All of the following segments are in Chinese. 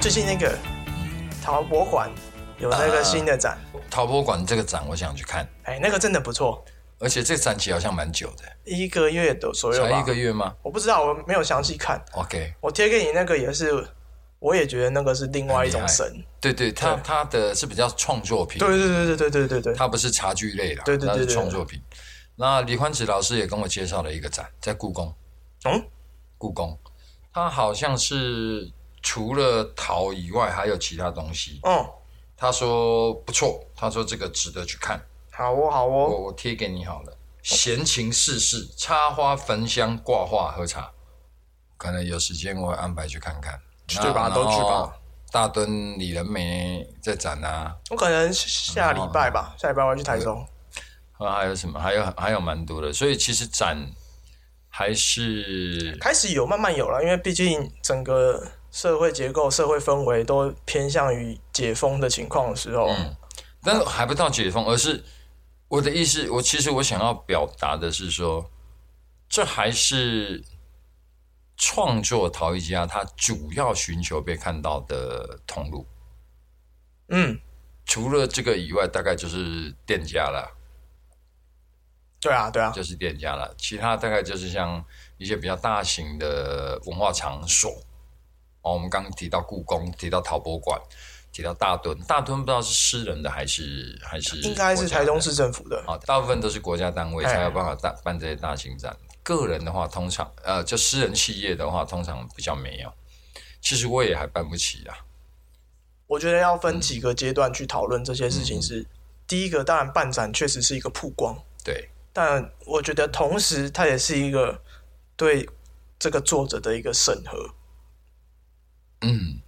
最近那个陶博馆有那个新的展，陶博馆这个展，我想去看，哎、那个真的不错，而且这展期好像蛮久的，一个月的左右才吧一个，月吗我不知道，我没有详细看。 ？OK，我贴给你那个也是，我也觉得那个是另外一种神。对对，他对他的是比较创作品，对对对对对对对对，它不是茶具类的，对对对它是对创作品。那李欢池老师也跟我介绍了一个展，在故宫，嗯，故宫，它好像是除了陶以外还有其他东西。哦，他说不错，他说这个值得去看，好哦好我哦，我贴给你好了。闲情世事，插花、焚香、挂画、喝茶，可能有时间我会安排去看看。去吧那都去吧。然后大墩李仁梅在展啊，我可能下礼拜吧，下礼拜我要去台中。啊，还有什么？还有还有蛮多的，所以其实展还是开始有慢慢有了，因为毕竟整个社会结构、社会氛围都偏向于解封的情况的时候，嗯但还不到解封，而是我的意思，我其实我想要表达的是说，这还是创作陶艺家他主要寻求被看到的通路。嗯，除了这个以外，大概就是店家了，对啊，对啊，就是店家了。其他大概就是像一些比较大型的文化场所。哦，我们刚刚提到故宫，提到陶博馆，提到大墩，大墩不知道是私人的还是还是应该是国家台的中市政府的，啊，大部分都是国家单位哎才有办法大办这些大型展。个人的话，通常呃，就私人企业的话，通常比较没有。其实我也还办不起啊。我觉得要嗯分几个阶段去讨论这些事情是。第一个，当然办展确实是一个曝光，对，但我觉得同时它也是一个对这个作者的一个审核。嗯，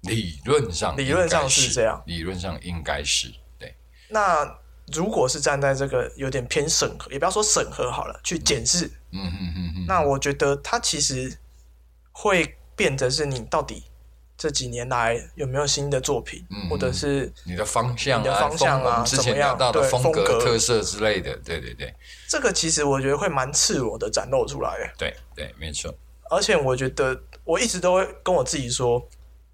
理论上理论上应该是是这样，理论上应该是对。那如果是站在这个有点偏审核，也不要说审核好了，去检视，嗯哼哼哼，那我觉得它其实会变得是你到底这几年来有没有新的作品，嗯或者是你的方向你的啊，方向啊风我们之怎前么样聊到的对风风格格特色之类的，对对对这个其实我觉得会蛮赤裸的展露出来。对对，没错。而且我觉得我一直都会跟我自己说，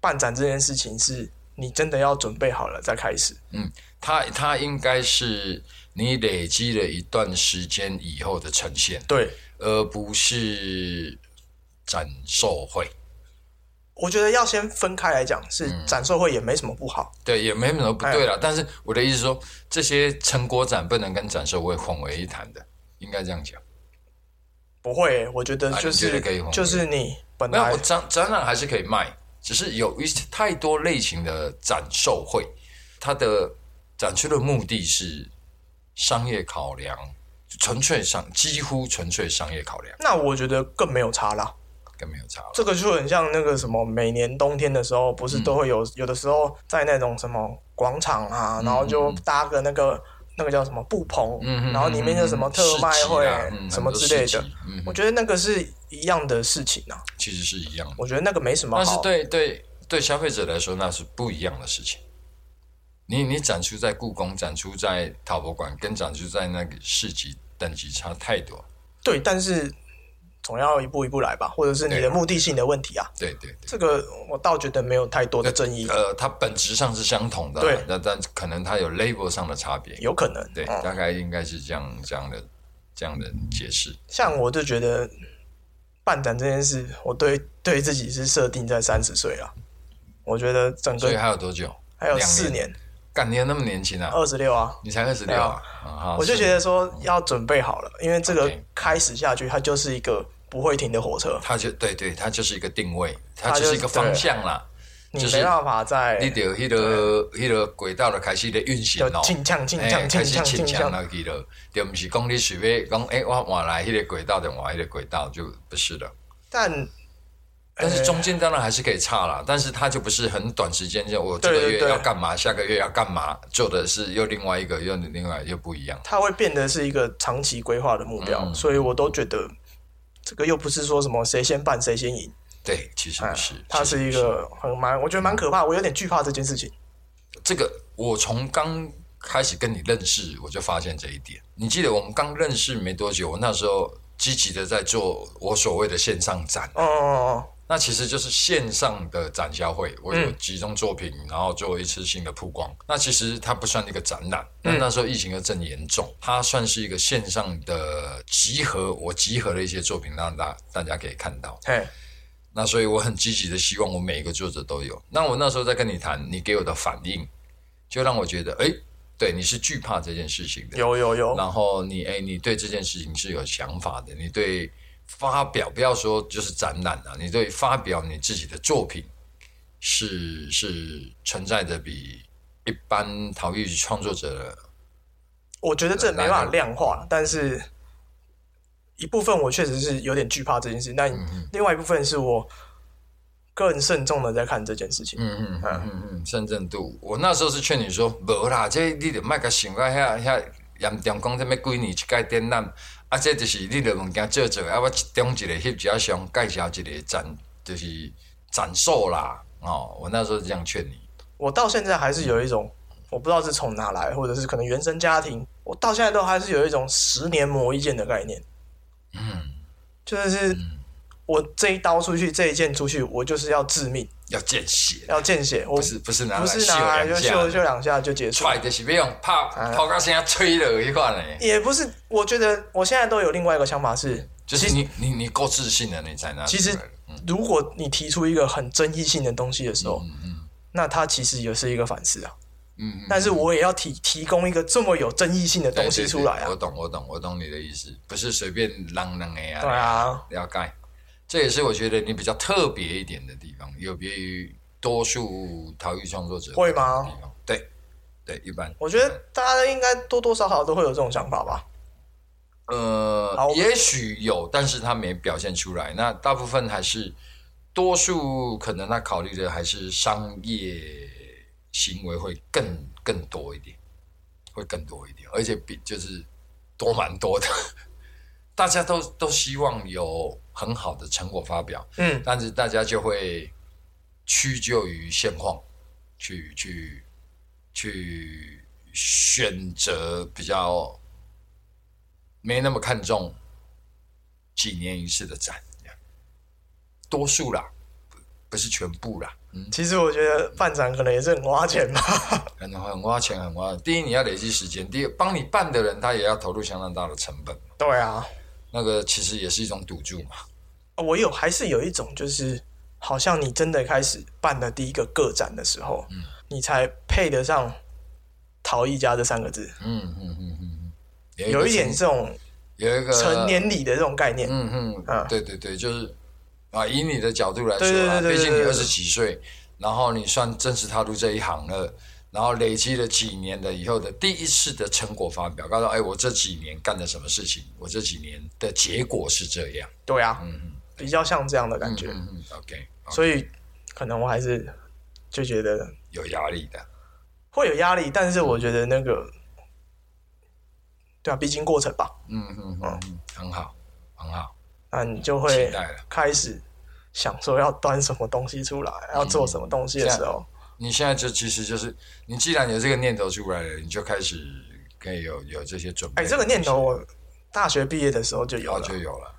办展这件事情是你真的要准备好了再开始。它它应该是你累积了一段时间以后的呈现，对，而不是展售会。我觉得要先分开来讲，是嗯展售会也没什么不好。对，也没什么不对哎了。但是我的意思说，这些成果展不能跟展售会混为一谈的，应该这样讲。不会欸、我觉得啊就你是、觉得可以红就是你本没有，来我展展览还是可以卖，只是有一些太多类型的展售会，它的展出的目的是商业考量，纯粹商，几乎纯粹商业考量，那我觉得更没有差啦。更没有差了。这个就很像那个什么，每年冬天的时候，不是嗯都会有、有的时候在那种什么广场啊，然后就搭个那个那个叫什么布棚，嗯嗯然后里面有什么特卖会、什么之类的。，嗯很多市集啊嗯我嗯，觉得那个是一样的事情啊，其实是一样的。我觉得那个没什么但是好。对对对消费者来说，那是不一样的事情。你你展出在故宫，展出在陶博馆，跟展出在那个市集等级差太多。对，但是总要一步一步来吧，或者是你对的目的性的问题啊，对对对，这个我倒觉得没有太多的争议，呃，它本质上是相同的啊，对那但可能它有 label 上的差别。有可能。对，嗯大概应该是这样这样的这样的解释。像我就觉得办展这件事，我对对自己是设定在三十岁了。我觉得整所以个还有多久？还有两四，年，干你还那么年轻啊？二十六啊，你才二十六啊？啊好我就四觉年得说要准备好了，因为这个 OK 开始下去，它就是一个不会停的火车，它就对对，它就是一个定位，它它就就是一个对方向啦。你就是没办法你在得迄个迄个轨道就开始咧运行就咯，进呛进哎呛进开始呛进清强呛。了去了，就不是讲你随便讲，哎、我换来迄个轨道，就换迄个轨道，就不是了。但但哎是中间当然还是可以差啦，但是它就不是很短时间，就我这个对对月对要干嘛，下个月要干嘛，做的是又另外一个，又另外又不一样。它会变得是一个长期规划的目标，嗯所以我都觉得这个又不是说什么谁先办谁先赢，对，其实不是，哎它其实是一不个很蛮，我觉得蛮可怕，我有点惧怕这件事情。这个我从刚开始跟你认识，我就发现这一点。你记得我们刚认识没多久，我那时候积极的在做我所谓的线上展，哦哦哦，那其实就是线上的展销会，我有嗯集中作品，然后做一次性的曝光。那其实它不算一个展览，那那时候疫情又正严重，它算是一个线上的集合，我集合了一些作品让大大家可以看到。嘿，那所以我很积极的希望我每一个作者都有。那我那时候在跟你谈，你给我的反应，就让我觉得，哎，对，你是惧怕这件事情的，有有有，然后你哎，你对这件事情是有想法的，你对发表不要说就是展览啊，你对发表你自己的作品是是存在着比一般陶艺创作者我觉得这没来办了法量化，但是一部分我确实是有点惧怕这件事情，但另外一部分是我更慎重的在看这件事情。嗯嗯嗯嗯，深圳度。我那时候是劝你说，无啦，这你得卖个想到遐遐严重讲这么几年一届展览，啊，这就是你的物件做做，啊，我一中一个翕一下相，介绍一个展，就是展售啦。哦，我那时候是这样劝你。我到现在还是有一种，我不知道是从哪来，或者是可能原生家庭，我到现在都还是有一种十年磨一剑的概念。嗯，就是我这一刀出去，这一剑出去，我就是要致命，要见血，要见血，我不是不是拿来不秀是拿来就两秀下，秀两下就结束。踹就是要用拍抛到声吹了一款嘞。也不是，我觉得我现在都有另外一个想法是，就是你你你够自信了，你才拿出其来。实如果你提出一个很争议性的东西的时候，那它其实也是一个反思啊。嗯嗯但是我也要提提供一个这么有争议性的对东西对出对来啊我。懂，我懂，我懂你的意思，不是随便嚷嚷的呀。对啊，了解。这也是我觉得你比较特别一点的地方，有别于多数陶艺创作者的会吗地方？对，对，一般。我觉得大家应该多多少少都会有这种想法吧。呃好，也许有，但是他没表现出来。那大部分还是多数可能他考虑的还是商业行为会更更多一点，会更多一点，而且比就是多蛮多的。 大家都都希望有很好的成果发表，嗯，但是大家就会屈就于现况，去去去选择比较没那么看重几年一次的展，这样多数啦，不不是全部啦，嗯，其实我觉得办展可能也是很花钱吧。很很花钱，很花。第一，你要累积时间；第二，帮你办的人他也要投入相当大的成本，对啊，那个其实也是一种赌注嘛。我有还是有一种就是，好像你真的开始办的第一个个展的时候，你才配得上“陶艺家”这三个字，嗯嗯嗯嗯嗯，有有个一点成这种有一个成年礼的这种概念。嗯嗯嗯，对对对，就是啊，以你的角度来说对对对啊，对毕竟对你对二十几岁，然后你算正式踏入这一行了，然后累积了几年的以后的第一次的成果发表，告诉哎，我这几年干了什么事情，我这几年的结果是这样，对啊，嗯嗯比较像这样的感觉，嗯嗯，OK，好所以可能我还是就觉得有压力的，会有压力，但是我觉得那个，对啊，必经过程吧，嗯嗯嗯嗯，很好，很好，那你就期会待了。开始想说要端什么东西出来，嗯要做什么东西的时候，你现在就其实就是，你既然有这个念头出来了，你就开始可以有有这些准备。哎，这个念头我大学毕业的时候就有然后了，就有了，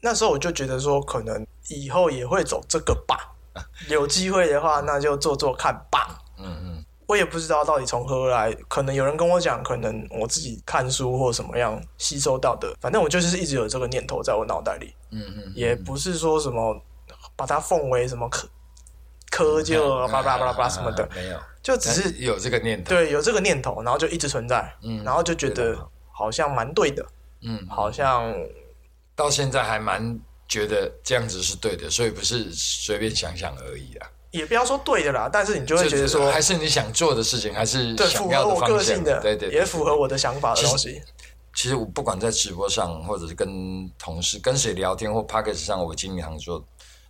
那时候我就觉得说，可能以后也会走这个吧， 有机会的话那就做做看吧。嗯嗯。我也不知道到底从何而来，可能有人跟我讲，可能我自己看书或什么样吸收到的，反正我就是一直有这个念头在我脑袋里，嗯嗯，也不是说什么把它奉为什么科科就嗯啊巴拉巴拉巴拉巴拉什么的，啊没有，就只只是是有这个念头。对有这个念头，然后就一直存在，嗯然后就觉对得好像蛮对的，嗯，好像到现在还蛮觉得这样子是对的，所以不是随便想想而已啊。也不要说对的啦，但是你就会就觉得说还是你想做的事情，还是对，想符要合我方个向性的，对对，也符合我的想法的东西。其实我不管在直播上，或者是跟同事、跟谁聊天，或 p a c k a g e 上，我经常说，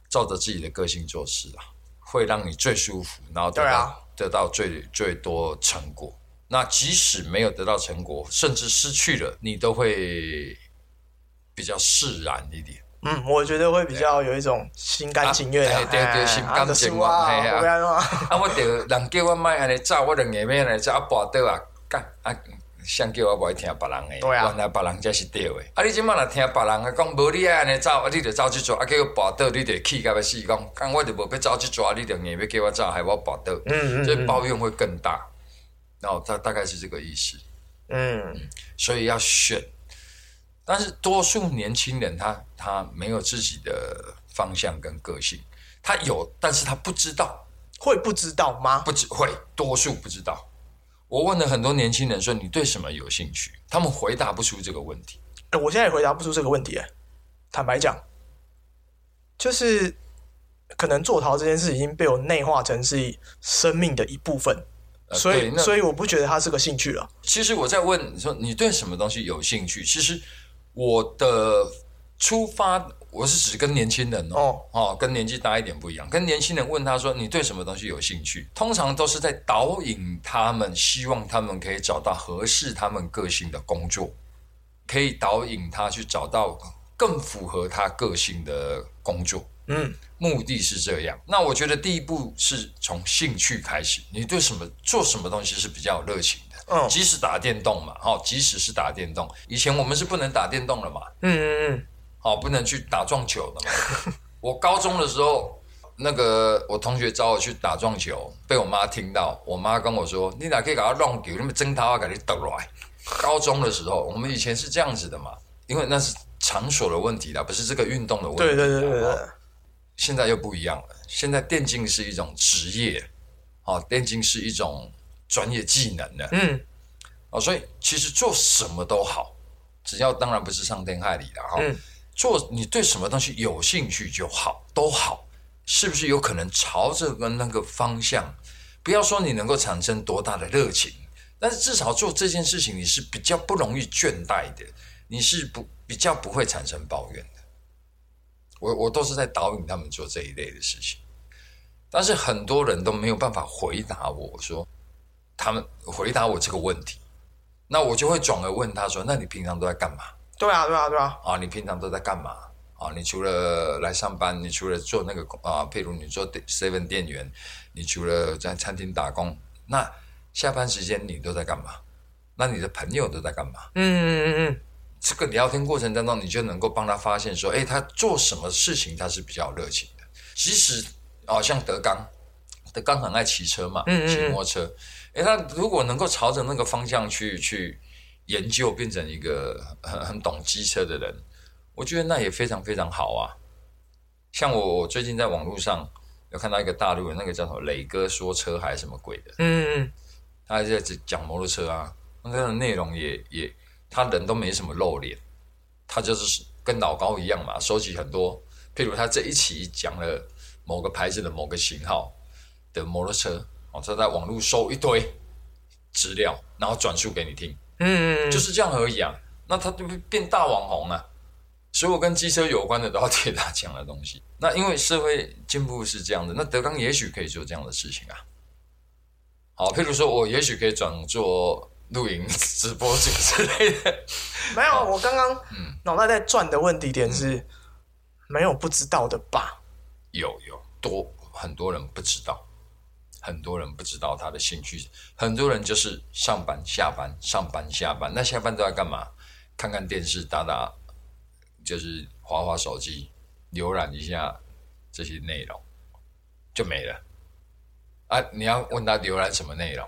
照着自己的个性做事啊，会让你最舒服，然后得对到、啊得到最最多成果。那即使没有得到成果，甚至失去了，你都会比较释然一点。嗯，我觉得会比较有一种心甘情愿啊哎的，对对心甘情愿哎呀啊， 不要啊， 啊，我得人叫我卖安尼走，我就硬要安尼走，啊，跋倒啊，干啊，想叫我不爱听别人诶，对啊原来别人才是对诶。啊，你即满若听别人诶讲无你安尼走，啊，你就走即撮，啊，叫我跋倒，你就气甲要死，讲讲我就无要走即撮，你就硬要叫我走，害我跋倒，嗯所以嗯抱怨会更大。然后大大概是这个意思，嗯，所以要选。但是多数年轻人他他没有自己的方向跟个性，他有，但是他不知道。会不知道吗？不只会，多数不知道。我问了很多年轻人说你对什么有兴趣，他们回答不出这个问题。哎我现在也回答不出这个问题、哎坦白讲，就是可能做陶这件事已经被我内化成是生命的一部分，呃所对以那所以我不觉得它是个兴趣了。其实我在问你说你对什么东西有兴趣，其实我的出发我是指跟年轻人哦，哦，跟年纪大一点不一样，跟年轻人问他说你对什么东西有兴趣，通常都是在导引他们，希望他们可以找到合适他们个性的工作，可以导引他去找到更符合他个性的工作。嗯，目的是这样。那我觉得第一步是从兴趣开始，你对什么做什么东西是比较有热情的。嗯即使打电动嘛，哦，即使是打电动，以前我们是不能打电动的嘛，嗯嗯哦，不能去打撞球的嘛。 我高中的时候，那个我同学找我去打撞球，被我妈听到，我妈跟我说：“你哪可以给他弄球？你们真他给你抖来。”高中的时候，我们以前是这样子的嘛，因为那是场所的问题啦，不是这个运动的问嗯，题。对对对对对，现在又不一样了。现在电竞是一种职业，哦，电竞是一种专业技能的嗯哦，所以其实做什么都好，只要当然不是伤天害理的哈、嗯做你对什么东西有兴趣就好，都好，是不是有可能朝着个那个方向？不要说你能够产生多大的热情，但是至少做这件事情你是比较不容易倦怠的，你是不比较不会产生抱怨的。我我都是在导引他们做这一类的事情，但是很多人都没有办法回答我说他们回答我这个问题，那我就会转而问他说：“那你平常都在干嘛？”对啊对啊对啊，啊，你平常都在干嘛？啊，你除了来上班，你除了做那个工啊，譬如你做 seven 店员，你除了在餐厅打工，那下班时间你都在干嘛？那你的朋友都在干嘛？嗯嗯嗯嗯，这个聊天过程当中，你就能够帮他发现说，诶，他做什么事情他是比较有热情的。即使啊、像德刚，德刚很爱骑车嘛，嗯嗯嗯骑摩托车。诶，他如果能够朝着那个方向去去研究，变成一个很很懂机车的人，我觉得那也非常非常好啊。像我我最近在网络上有看到一个大陆人，那个叫什么磊哥说车还是什么鬼的，嗯嗯他在讲摩托车啊，那他的内容也也，他人都没什么露脸，他就是跟老高一样嘛，收集很多，譬如他这一期讲了某个牌子的某个型号的摩托车，哦，他在网络搜一堆资料，然后转述给你听，嗯嗯，就是这样而已啊。那他就变大网红了、所有跟机车有关的都要 贴他讲的东西。那因为社会进步是这样的，那德刚也许可以做这样的事情啊。好，譬如说我也许可以转做露营直播主之类的。 没有，我刚刚脑袋在转的问题点是，没有不知道的吧？有有多很多人不知道，很多人不知道他的兴趣，很多人就是上班下班上班下班，那下班都在干嘛？看看电视，打打就是划划手机，浏览一下这些内容就没了。啊，你要问他浏览什么内容？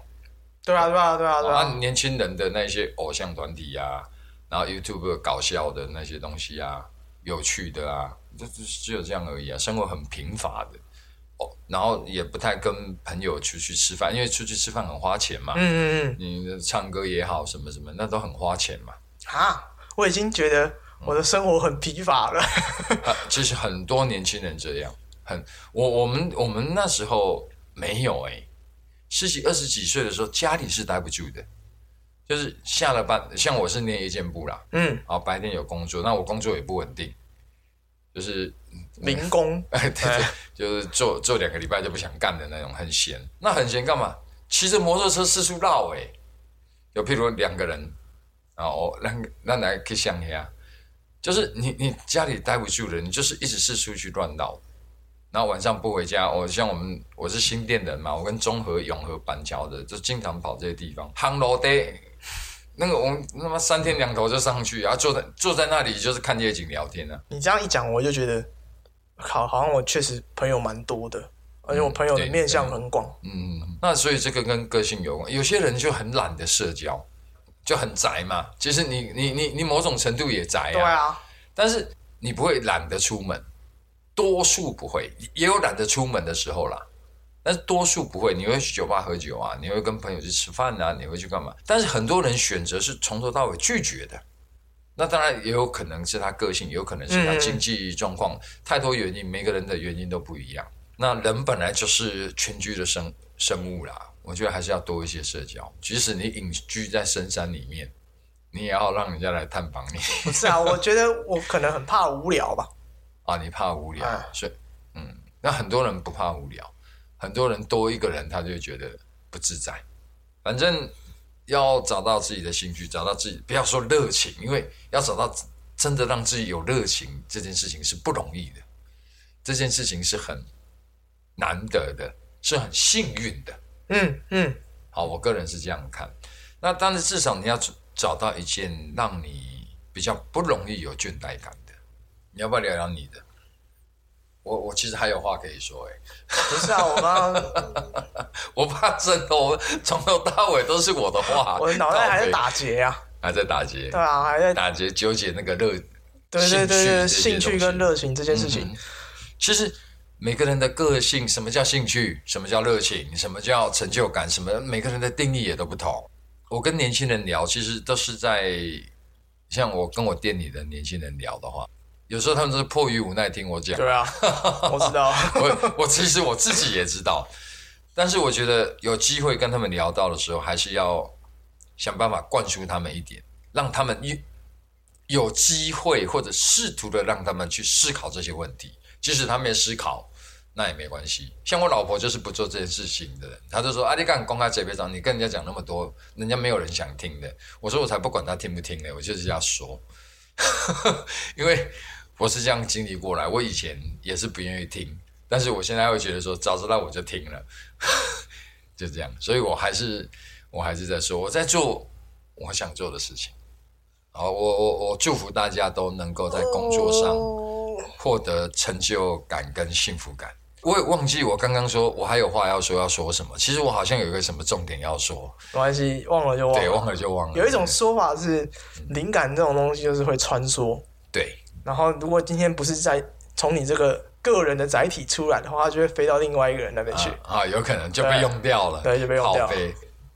对啊对啊对啊对啊，啊，年轻人的那些偶像团体啊，然后 YouTube 搞笑的那些东西啊，有趣的啊，就就只有这样而已啊，生活很贫乏的哦，然后也不太跟朋友出去吃饭，因为出去吃饭很花钱嘛，嗯嗯嗯。你唱歌也好，什么什么，那都很花钱嘛。啊，我已经觉得我的生活很疲乏了。啊其实很多年轻人这样，很我我们我们那时候没有哎、十几二十几岁的时候，家里是待不住的，就是下了班，像我是念夜间部啦，嗯，啊，白天有工作，那我工作也不稳定，就是零工，哎，对对，就是做做两个礼拜就不想干的那种，很闲。那很闲干嘛？骑着摩托车四处绕哎、有譬如两个人，啊，哦，让让来去乡下，就是你你家里待不住了，你就是一直四处去乱绕，然后晚上不回家。我、像我们我是新店人嘛，我跟中和、永和、板桥的，就经常跑这些地方。夯楼 day，那个我们他妈三天两头就上去，然、啊、后坐在坐在那里就是看夜景聊天啊。你这样一讲，我就觉得，好，好像我确实朋友蛮多的，而且我朋友的对面向很广。嗯，那所以这个跟个性有关。有些人就很懒得社交，就很宅嘛。其实你你你你某种程度也宅对啊，但是你不会懒得出门，多数不会，也有懒得出门的时候啦。但是多数不会，你会去酒吧喝酒啊，你会跟朋友去吃饭啊，你会去干嘛？但是很多人选择是从头到尾拒绝的，那当然也有可能是他个性，也有可能是他嗯经济状况，太多原因，每个人的原因都不一样。那人本来就是群居的生生物啦，我觉得还是要多一些社交。即使你隐居在深山里面，你也要让人家来探访你。不是啊，我觉得我可能很怕无聊吧。啊，你怕无聊，哎所以嗯，那很多人不怕无聊，很多人多一个人他就觉得不自在。反正要找到自己的兴趣，找到自己，不要说热情，因为要找到真的让自己有热情这件事情是不容易的，这件事情是很难得的，是很幸运的。嗯嗯，好，我个人是这样看。那但是至少你要找找到一件让你比较不容易有倦怠感的。你要不要聊聊你的？我我其实还有话可以说哎、不是啊，我刚刚我怕真的我从头到尾都是我的话，我 的脑袋还在靠打结啊。北，还在打结对，啊，还在打结纠结那个热，对对对对，兴趣趣这些跟东西嗯热情这件事情，其实每个人的个性，什么叫兴趣，什么叫热情，什么叫成就感，什么每个人的定义也都不同。我跟年轻人聊，其实都是在像我跟我店里的年轻人聊的话，有时候他们都是迫于无奈听我讲。对 啊，我知道。我我其实我自己也知道，但是我觉得有机会跟他们聊到的时候，还是要想办法灌输他们一点，让他们有有机会或者试图的让他们去思考这些问题，即使他没思考。那也没关系，像我老婆就是不做这件事情的人，她就说：“啊，你敢公开这边讲，你跟人家讲那么多，人家没有人想听的。”我说：“我才不管他听不听呢，我就是要说。” 因为我是这样经历过来，我以前也是不愿意听，但是我现在会觉得说，早知道我就听了， 就这样，所以我还是我还是在说，我在做我想做的事情。好，我我我祝福大家都能够在工作上获得成就感跟幸福感。我也忘记我刚刚说，我还有话要说，要说什么？其实我好像有一个什么重点要说，没关系，忘了就忘对，了。忘了就忘了。有一种说法是，灵感这种东西就是会穿梭。对，然后，如果今天不是在从你这个个人的载体出来的话，它就会飞到另外一个人那边去。啊，有可能就被用掉了，对就被用掉了好呗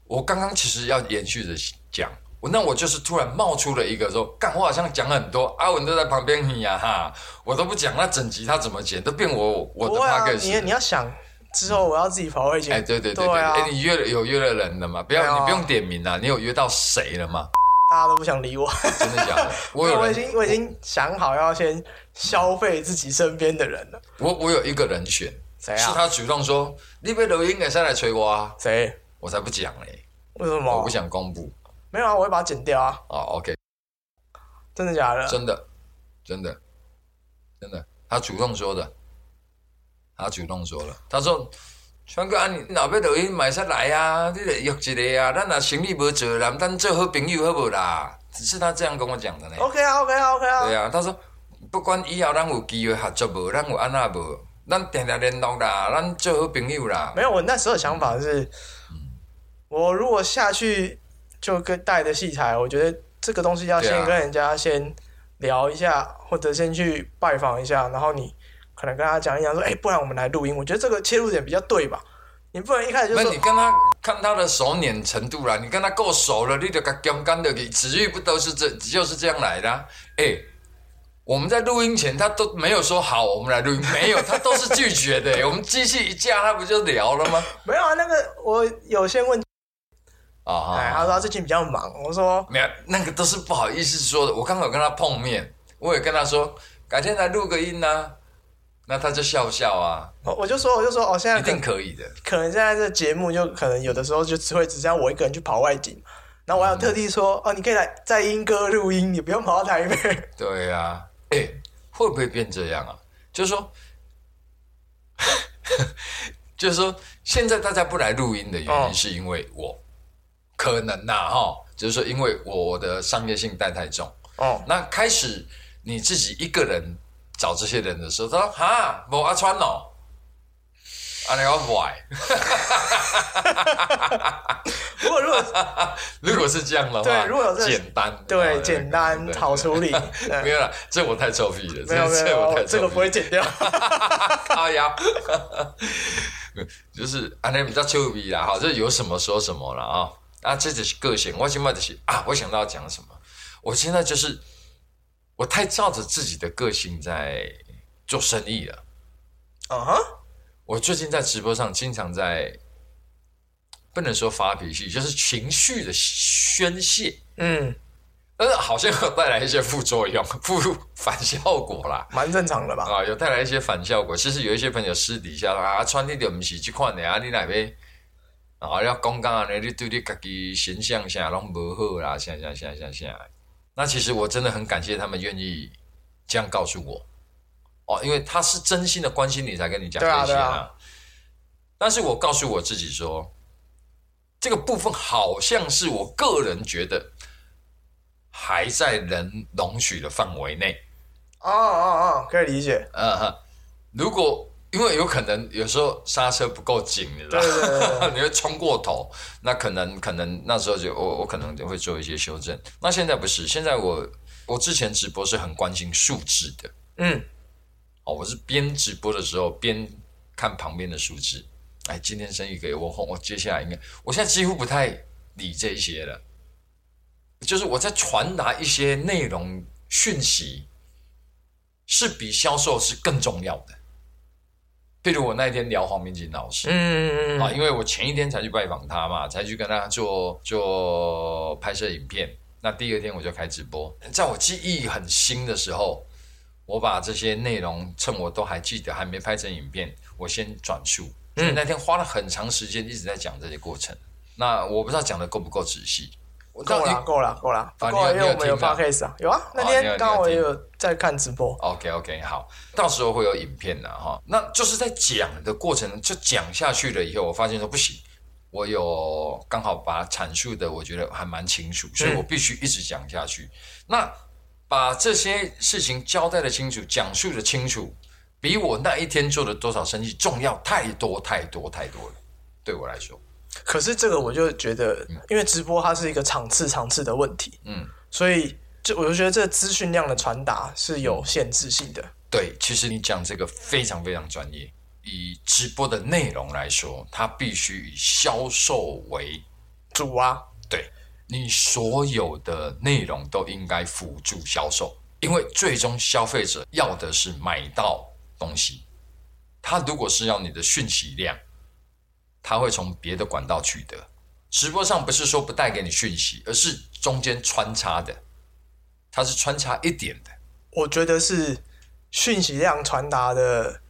我刚刚其实要延续着讲，我那我就是突然冒出了一个说，干我好像讲很多，阿文都在旁边你呀、哈，我都不讲，那整集他怎么剪都变我我不的会啊，你 podcast 你了。要想之后我要自己跑外景。哎，对对对对啊哎，你约了有约了人了吗？没不有要，啊你不用点名啦，你有约到谁了吗？大家都不想理我。真的假的？ 我有我已人，经我已经想好要先消费自己身边的人了。我我有一个人选，谁是啊？他主动说，你被留音给再来催我啊，谁？我才不讲嘞，为什我么不？想公布没有啊，我会把它剪掉啊！哦 OK，真的假的？真的，真的，真的，他主动说的，他主动说了，他说：“川哥啊，你你哪要抖音买下来啊？你得约一个啊，咱若生意无做，咱咱做好朋友好不啦？”只是他这样跟我讲的呢。 OK 啊，OK 啊，OK 啊。对啊，他说不管以后咱有机会合作无，咱有安那无，咱定定联络啦，咱做好朋友啦。没有，我那时候的想法是，嗯我如果下去就跟带的器材，我觉得这个东西要对先啊跟人家先聊一下，或者先去拜访一下，然后你可能跟他讲一讲说，哎、不然我们来录音。我觉得这个切入点比较对吧？你不能一开始就那说你跟他看他的熟稔程度啦，你跟他够熟了，你就给干干的给子玉不都是这就是这样来的、啊？哎、我们在录音前他都没有说好，我们来录音，没有，他都是拒绝的、我们机器一架，他不就聊了吗？没有啊，那个我有先问，啊、哎，啊，他说他最近比较忙，我说没有，那个都是不好意思说的。我刚好跟他碰面，我也跟他说改天来录个音呐、那他就笑笑啊，我我就说我就说哦，现在一可定可以的。可能现在这节目就可能有的时候就只会只剩下我一个人去跑外景，然后嗯我还有特地说、哦，你可以来在英歌录音，你不用跑到台北。对呀、哎、会不会变这样啊？就是说， 就是说，现在大家不来录音的原哦因是因为我、可能呐、哈，就是说因为我的商业性带太重。哦，那开始你自己一个人找这些人的时候，他说：“哈，某阿川哦，阿你要 why？” 如果如果 如果是这样的话，对如果有这简单，对简单对好 处理，没对有了，这我太臭屁了，没有没这这我太有，臭这个屁不会剪掉。 靠腰，就是安尼比较臭逼啦，哈，这有什么说什么了啊？啊，这只是个性，我现在就是啊，我想到要讲什么，我现在就是我太照着自己的个性在做生意了。 啊哈，我最近在直播上经常在，不能说发脾气，就是情绪的宣泄，嗯，但是好像有带来一些副作用、副反效果啦。蛮正常的吧？啊，有带来一些反效果。其实有一些朋友私底下啊，穿你就不是这款的啊，你哪边啊要讲讲啊，你对你自己形象啥拢不好啦，啥啥啥啥啥。那其实我真的很感谢他们愿意这样告诉我，哦，因为他是真心的关心你才跟你讲这对啊些对啊但是我告诉我自己说，这个部分好像是我个人觉得还在人容许的范围内。哦哦哦，可以理解。呃，哈如果因为有可能有时候刹车不够紧，你知道对对对对吗， 你会冲过头，那可能可能那时候就哦我我可能就会做一些修正。那现在不是，现在我我之前直播是很关心数字的嗯，哦，我是边直播的时候边看旁边的数字，哎，今天生意给我，我接下来应该，我现在几乎不太理这一些了，就是我在传达一些内容讯息，是比销售是更重要的。譬如我那一天聊黄明锦老师、嗯嗯啊，嗯因为我前一天才去拜访他嘛，才去跟他做做拍摄影片。那第二天我就开直播，在我记忆很新的时候，我把这些内容趁我都还记得，还没拍成影片，我先转述。所以那天花了很长时间一直在讲这些过程。那我不知道讲的够不够仔细，我嗯，够了够了够了，不过你因有为我你们有有听到 podcast 啊，有啊，那你有天刚好你有我也听有在看直播。 OK OK，好，到时候会有影片的啊哈。那就是在讲的过程，就讲下去了以后，我发现说不行，我有刚好把阐述的，我觉得还蛮清楚，所以我必须一直讲下去。那把这些事情交代的清楚，讲述的清楚，比我那一天做的多少生意重要太多太多太多了，对我来说。可是这个我就觉得，因为直播它是一个场次场次的问题，嗯，所以就我就觉得这资讯量的传达是有限制性的。对，其实你讲这个非常非常专业。以直播的内容来说，它必须以销售为主啊，对你所有的内容都应该辅助销售，因为最终消费者要的是买到东西。他如果是要你的讯息量，他会从别的管道取得。直播上不是说不带给你讯息，而是中间穿插的，它是穿插一点的。我觉得是讯息量传达的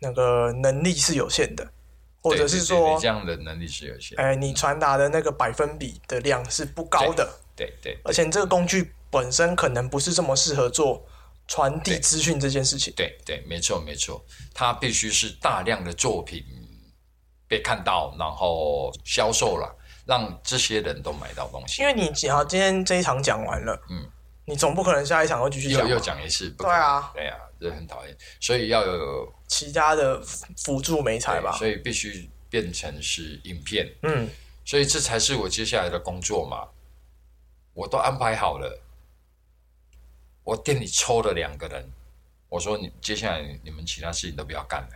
那个能力是有限的，或者对是对对说你这，样的能力是有限。哎，你传达的那个百分比的量是不高的，对对而且这个工具本身可能不是这么适合做传递资讯这件事情。对对，没错没错，它必须是大量的作品被看到，然后销售了，让这些人都买到东西因。为你好，今天这一场讲完了，嗯，你总不可能下一场又继续又讲又吧，讲一次，不对可能啊，对啊，这很讨厌，所以要有其他的辅助美彩吧所，以必须变成是影片，嗯，所以这才是我接下来的工作嘛，我都安排好了，我店里抽了两个人，我说你接下来你们其他事情都不要干了，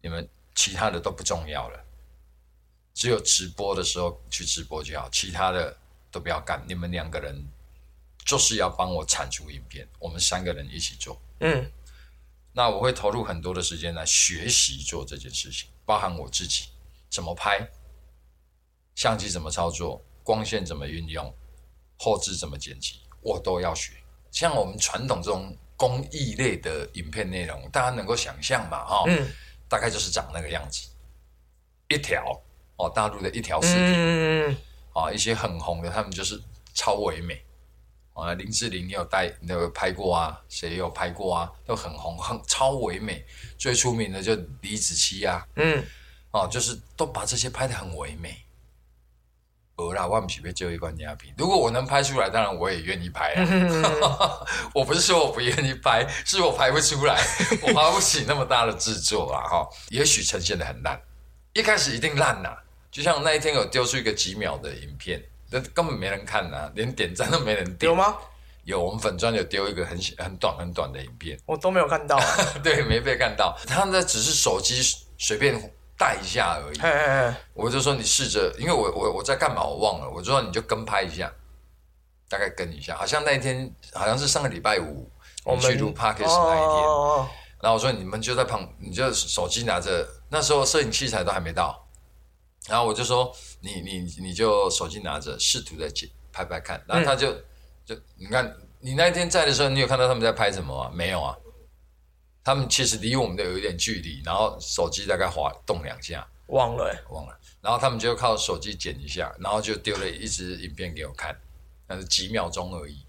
你们其他的都不重要了，只有直播的时候去直播就好，其他的都不要干，你们两个人就是要帮我产出影片，我们三个人一起做。嗯，那我会投入很多的时间来学习做这件事情，包含我自己怎么拍，相机怎么操作，光线怎么运用，后置怎么剪辑，我都要学。像我们传统这种工艺类的影片内容，大家能够想象嘛？哈、嗯大概就是长那个样子，一条哦，大陆的一条嗯视频嗯嗯啊，一些很红的，他们就是超唯美啊。林志玲也有带，也有拍过啊，谁也有拍过啊，都很红，很超唯美。最出名的就李子柒啊，嗯，哦、就是都把这些拍得很唯美。鹅啦，万不起被就一罐压平。如果我能拍出来，当然我也愿意拍啊。嗯 我不是说我不愿意拍，是我拍不出来，我拍不起那么大的制作啊。哈，也许呈现的很烂，一开始一定烂呐、就像那一天有丢出一个几秒的影片，那根本没人看呐、连点赞都没人点。有？吗？有，我们粉专有丢一个很很短很短的影片。 我都没有看到、啊。对，没被看到，他们那只是手机随便带一下而已。嘿嘿嘿，我就说你试着，因为我我我在干嘛我忘了，我就说你就跟拍一下，大概跟一下，好像那一天好像是上个礼拜五，我们去们录 podcast 那一天，哦，然后我说你们就在旁，你就手机拿着，那时候摄影器材都还没到，然后我就说你你你就手机拿着，试图的解拍拍看，然后他就、就你看你那天在的时候，你有看到他们在拍什么吗？没有啊，他们其实离我们的有一点距离，然后手机大概滑动两下，忘了、欸，忘了。然后他们就靠手机剪一下，然后就丢了一支影片给我看，但是几秒钟而已。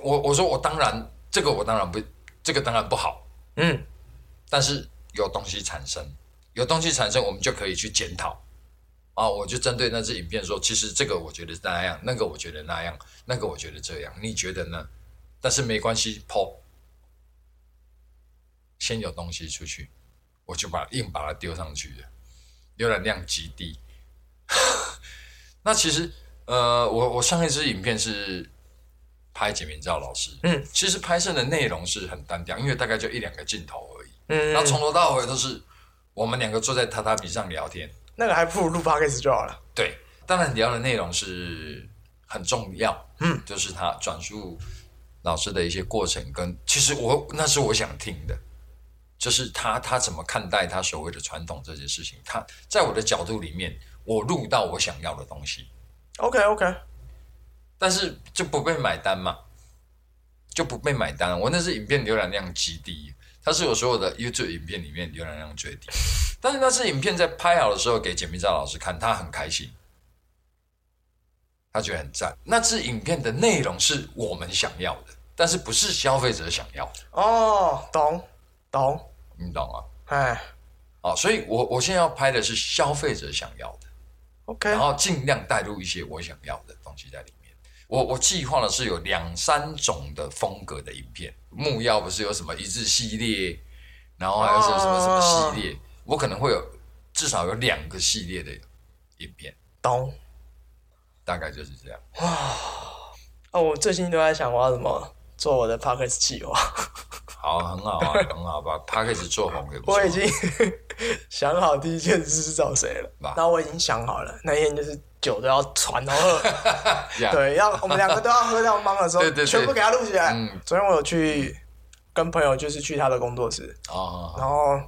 我我说我当然这个我当然不这个当然不好，嗯，但是有东西产生，有东西产生，我们就可以去检讨。啊，我就针对那支影片说，其实这个我觉得是那样，那个我觉得那样，那个我觉得这样，你觉得呢？但是没关系，抛，先有东西出去，我就把硬把它丢上去的，浏览量极低。 那其实，呃，我我上一支影片是拍简明照老师，嗯，其实拍摄的内容是很单调，因为大概就一两个镜头而已，嗯然后从头到尾都是我们两个坐在榻榻米上聊天，那个还不如录 podcast 就好了。对，当然聊的内容是很重要，嗯，就是他转述老师的一些过程跟，其实我那是我想听的，就是他他怎么看待他所谓的传统这些事情，他在我的角度里面，我录到我想要的东西， OK OK，但是就不被买单嘛，就不被买单。我那支影片浏览量极低，它是我所有的 YouTube 影片里面浏览量最低。但是那支影片在拍好的时候给简明照老师看，他很开心，他觉得很赞。那支影片的内容是我们想要的，但是不是消费者想要的，哦，懂懂，你懂吗？哎啊，所以我我现在要拍的是消费者想要的。 ，OK，然后尽量带入一些我想要的东西在里面。我我计划的是有两三种的风格的影片，木曜不是有什么一致系列，然后还有什么什么哦什么系列，我可能会有至少有两个系列的影片，懂。大概就是这样。哦，我最近都在想我要怎么做我的 podcast 计 划，好，很 好啊，很好吧 p a c k a g e 做红也不错我已经 想好第一件事是找谁了哇，然后我已经想好了，那天就是酒都要传到 喝，呀对，要我们两个都要喝到懵的时候，对对对全部给他录起来。嗯昨天我有去跟朋友，就是去他的工作室，哦，然后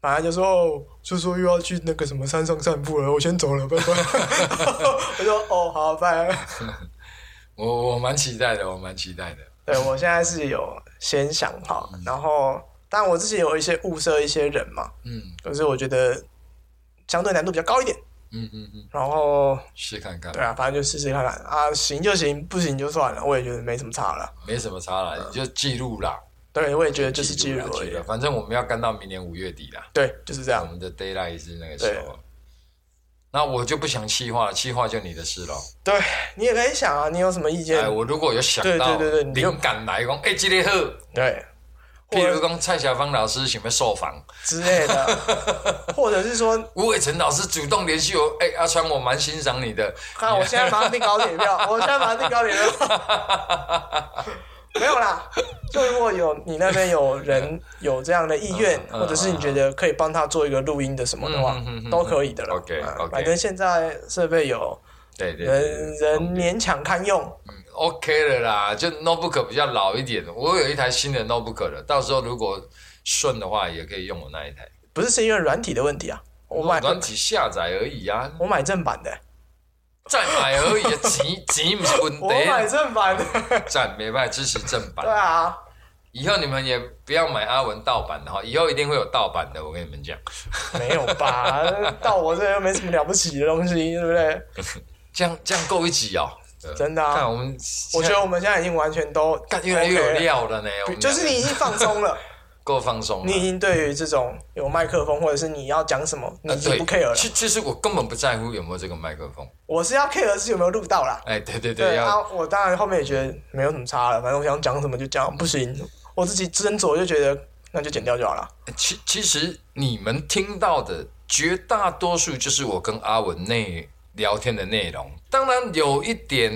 马上就说，哦，就说又要去那个什么山上散步了，我先走了，拜 拜。我说哦，好，拜。我我蛮期待的，我蛮期待的。 对我现在是有先想好，然后但我自己有一些物色一些人嘛，嗯可是我觉得相对难度比较高一点。嗯嗯嗯，然后试看看对，啊，反正就试试看看啊，行就行，不行就算了，我也觉得没什么差了。没什么差啦，你就记录啦，对，我也觉得嗯就是记记录嗯啦而记已录。啦反正我们要干到明年五月底啦。对，就是这我样。们的 d a y l i g h t 是那个时候。那我就不想气话了，气话就你的事了。对你也可以想啊，你有什么意见哎，？我如果有想对到对对对你就灵感来讲，哎，今天好，对，或譬者如讲蔡小芳老师想要受访，之类的， 或者是说，吴伟成老师主动联系我，哎，阿川，我蛮欣赏你的。看我现在马上订高铁票，我现在马上订高铁票。没有啦，就如果有你那边有人有这样的意愿，嗯嗯或者是你觉得可以帮他做一个录音的什么的话嗯嗯嗯嗯，都可以的了。 OK，啊 OK 反正现在设备有，对对对人人勉强堪用。 ，OK 了啦，就 notebook 比较老一点，我有一台新的 notebook 了，到时候如果顺的话，也可以用我那一台。不是是因为软体的问题啊，我买软体下载而已啊，我买正版的，再买 而已啊，钱钱不是问我买题，正版的，赞没办法支持正版对。啊。以后你们也不要买阿文盗版的哈，以后一定会有盗版的，我跟你们讲。没有吧？到我这又没什么了不起的东西，对不对？这样这样够一集哦，真的啊看我们现在，我觉得我们现在已经完全都干越来越 OK 有了料了呢。我们就是你已经放松了，够放松了。你已经对于这种有麦克风或者是你要讲什么，你呃已经对不 care 了。其其实我根本不在乎有没有这个麦克风。我是要 care 的是有没有录到啦。哎，对对对要啊，我当然后面也觉得没有什么差了，反正我想讲什么就讲，不行，我自己斟酌就觉得那就剪掉就好了。其其实你们听到的绝大多数就是我跟阿文内聊天的内容，当然有一点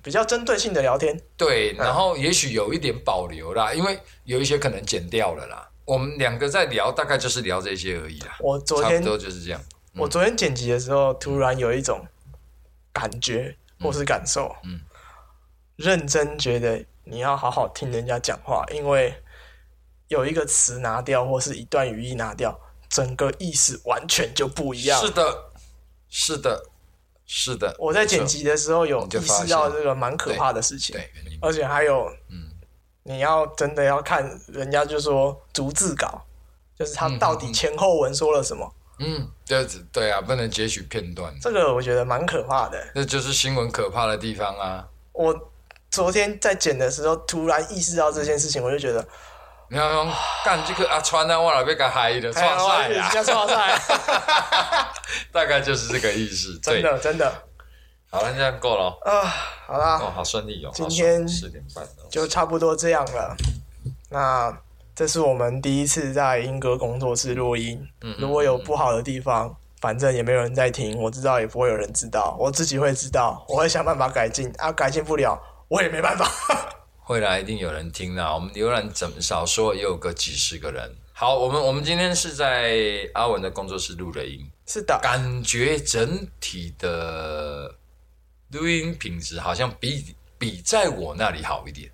比较针对性的聊天，对，然后也许有一点保留啦，因为有一些可能剪掉了啦。我们两个在聊，大概就是聊这些而已啦，我昨差天不多就是这样。我昨天剪辑的时嗯候，突然有一种感觉或是感受，嗯认真觉得你要好好听人家讲话，因为有一个词拿掉或是一段语义拿掉，整个意思完全就不一样。是的，是的，是的。我在剪没错，辑的时候有你就意发现识到这个蛮可怕的事情，对，嗯你而且还有，你要真的要看人家就说逐字稿，就是他到底前后文说了什么，嗯，对对啊，不能截取片段，这个我觉得蛮可怕的。那就是新闻可怕的地方啊。我昨天在剪的时候，突然意识到这件事情，我就觉得，你 要用干这个阿川啊，我老被给嗨的，哎呀创赛人 啊，家创赛，大概就是这个意思。真 对，的真的好了，这样够了。啊，好啦，哦，好顺利哦，今天十点半哦。就差不多这样了。那这是我们第一次在英格工作室录音，嗯如果有不好的地方。反正也没有人在听，我知道也不会有人知道，我自己会知道，我会想办法改进啊，改进不了我也没办法。 会来一定有人听啦。我们浏览怎么少说也有个几十个人。好，我们我们今天是在阿文的工作室录的音，是的，感觉整体的录音品质好像比比在我那里好一点。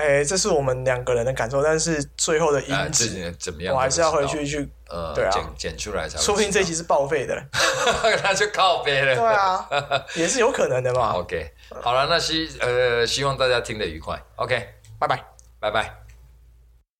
哎、这是我们两个人的感受，但是最后的啊，音这质，怎么样？我还是要回不去知去，道呃，对啊剪剪出来才会知道。说不定这一集是报废的了。 那就靠别人。对 啊， 也是有可能的嘛。 OK，好了，那希呃希望大家听得愉快。OK，拜拜。拜拜。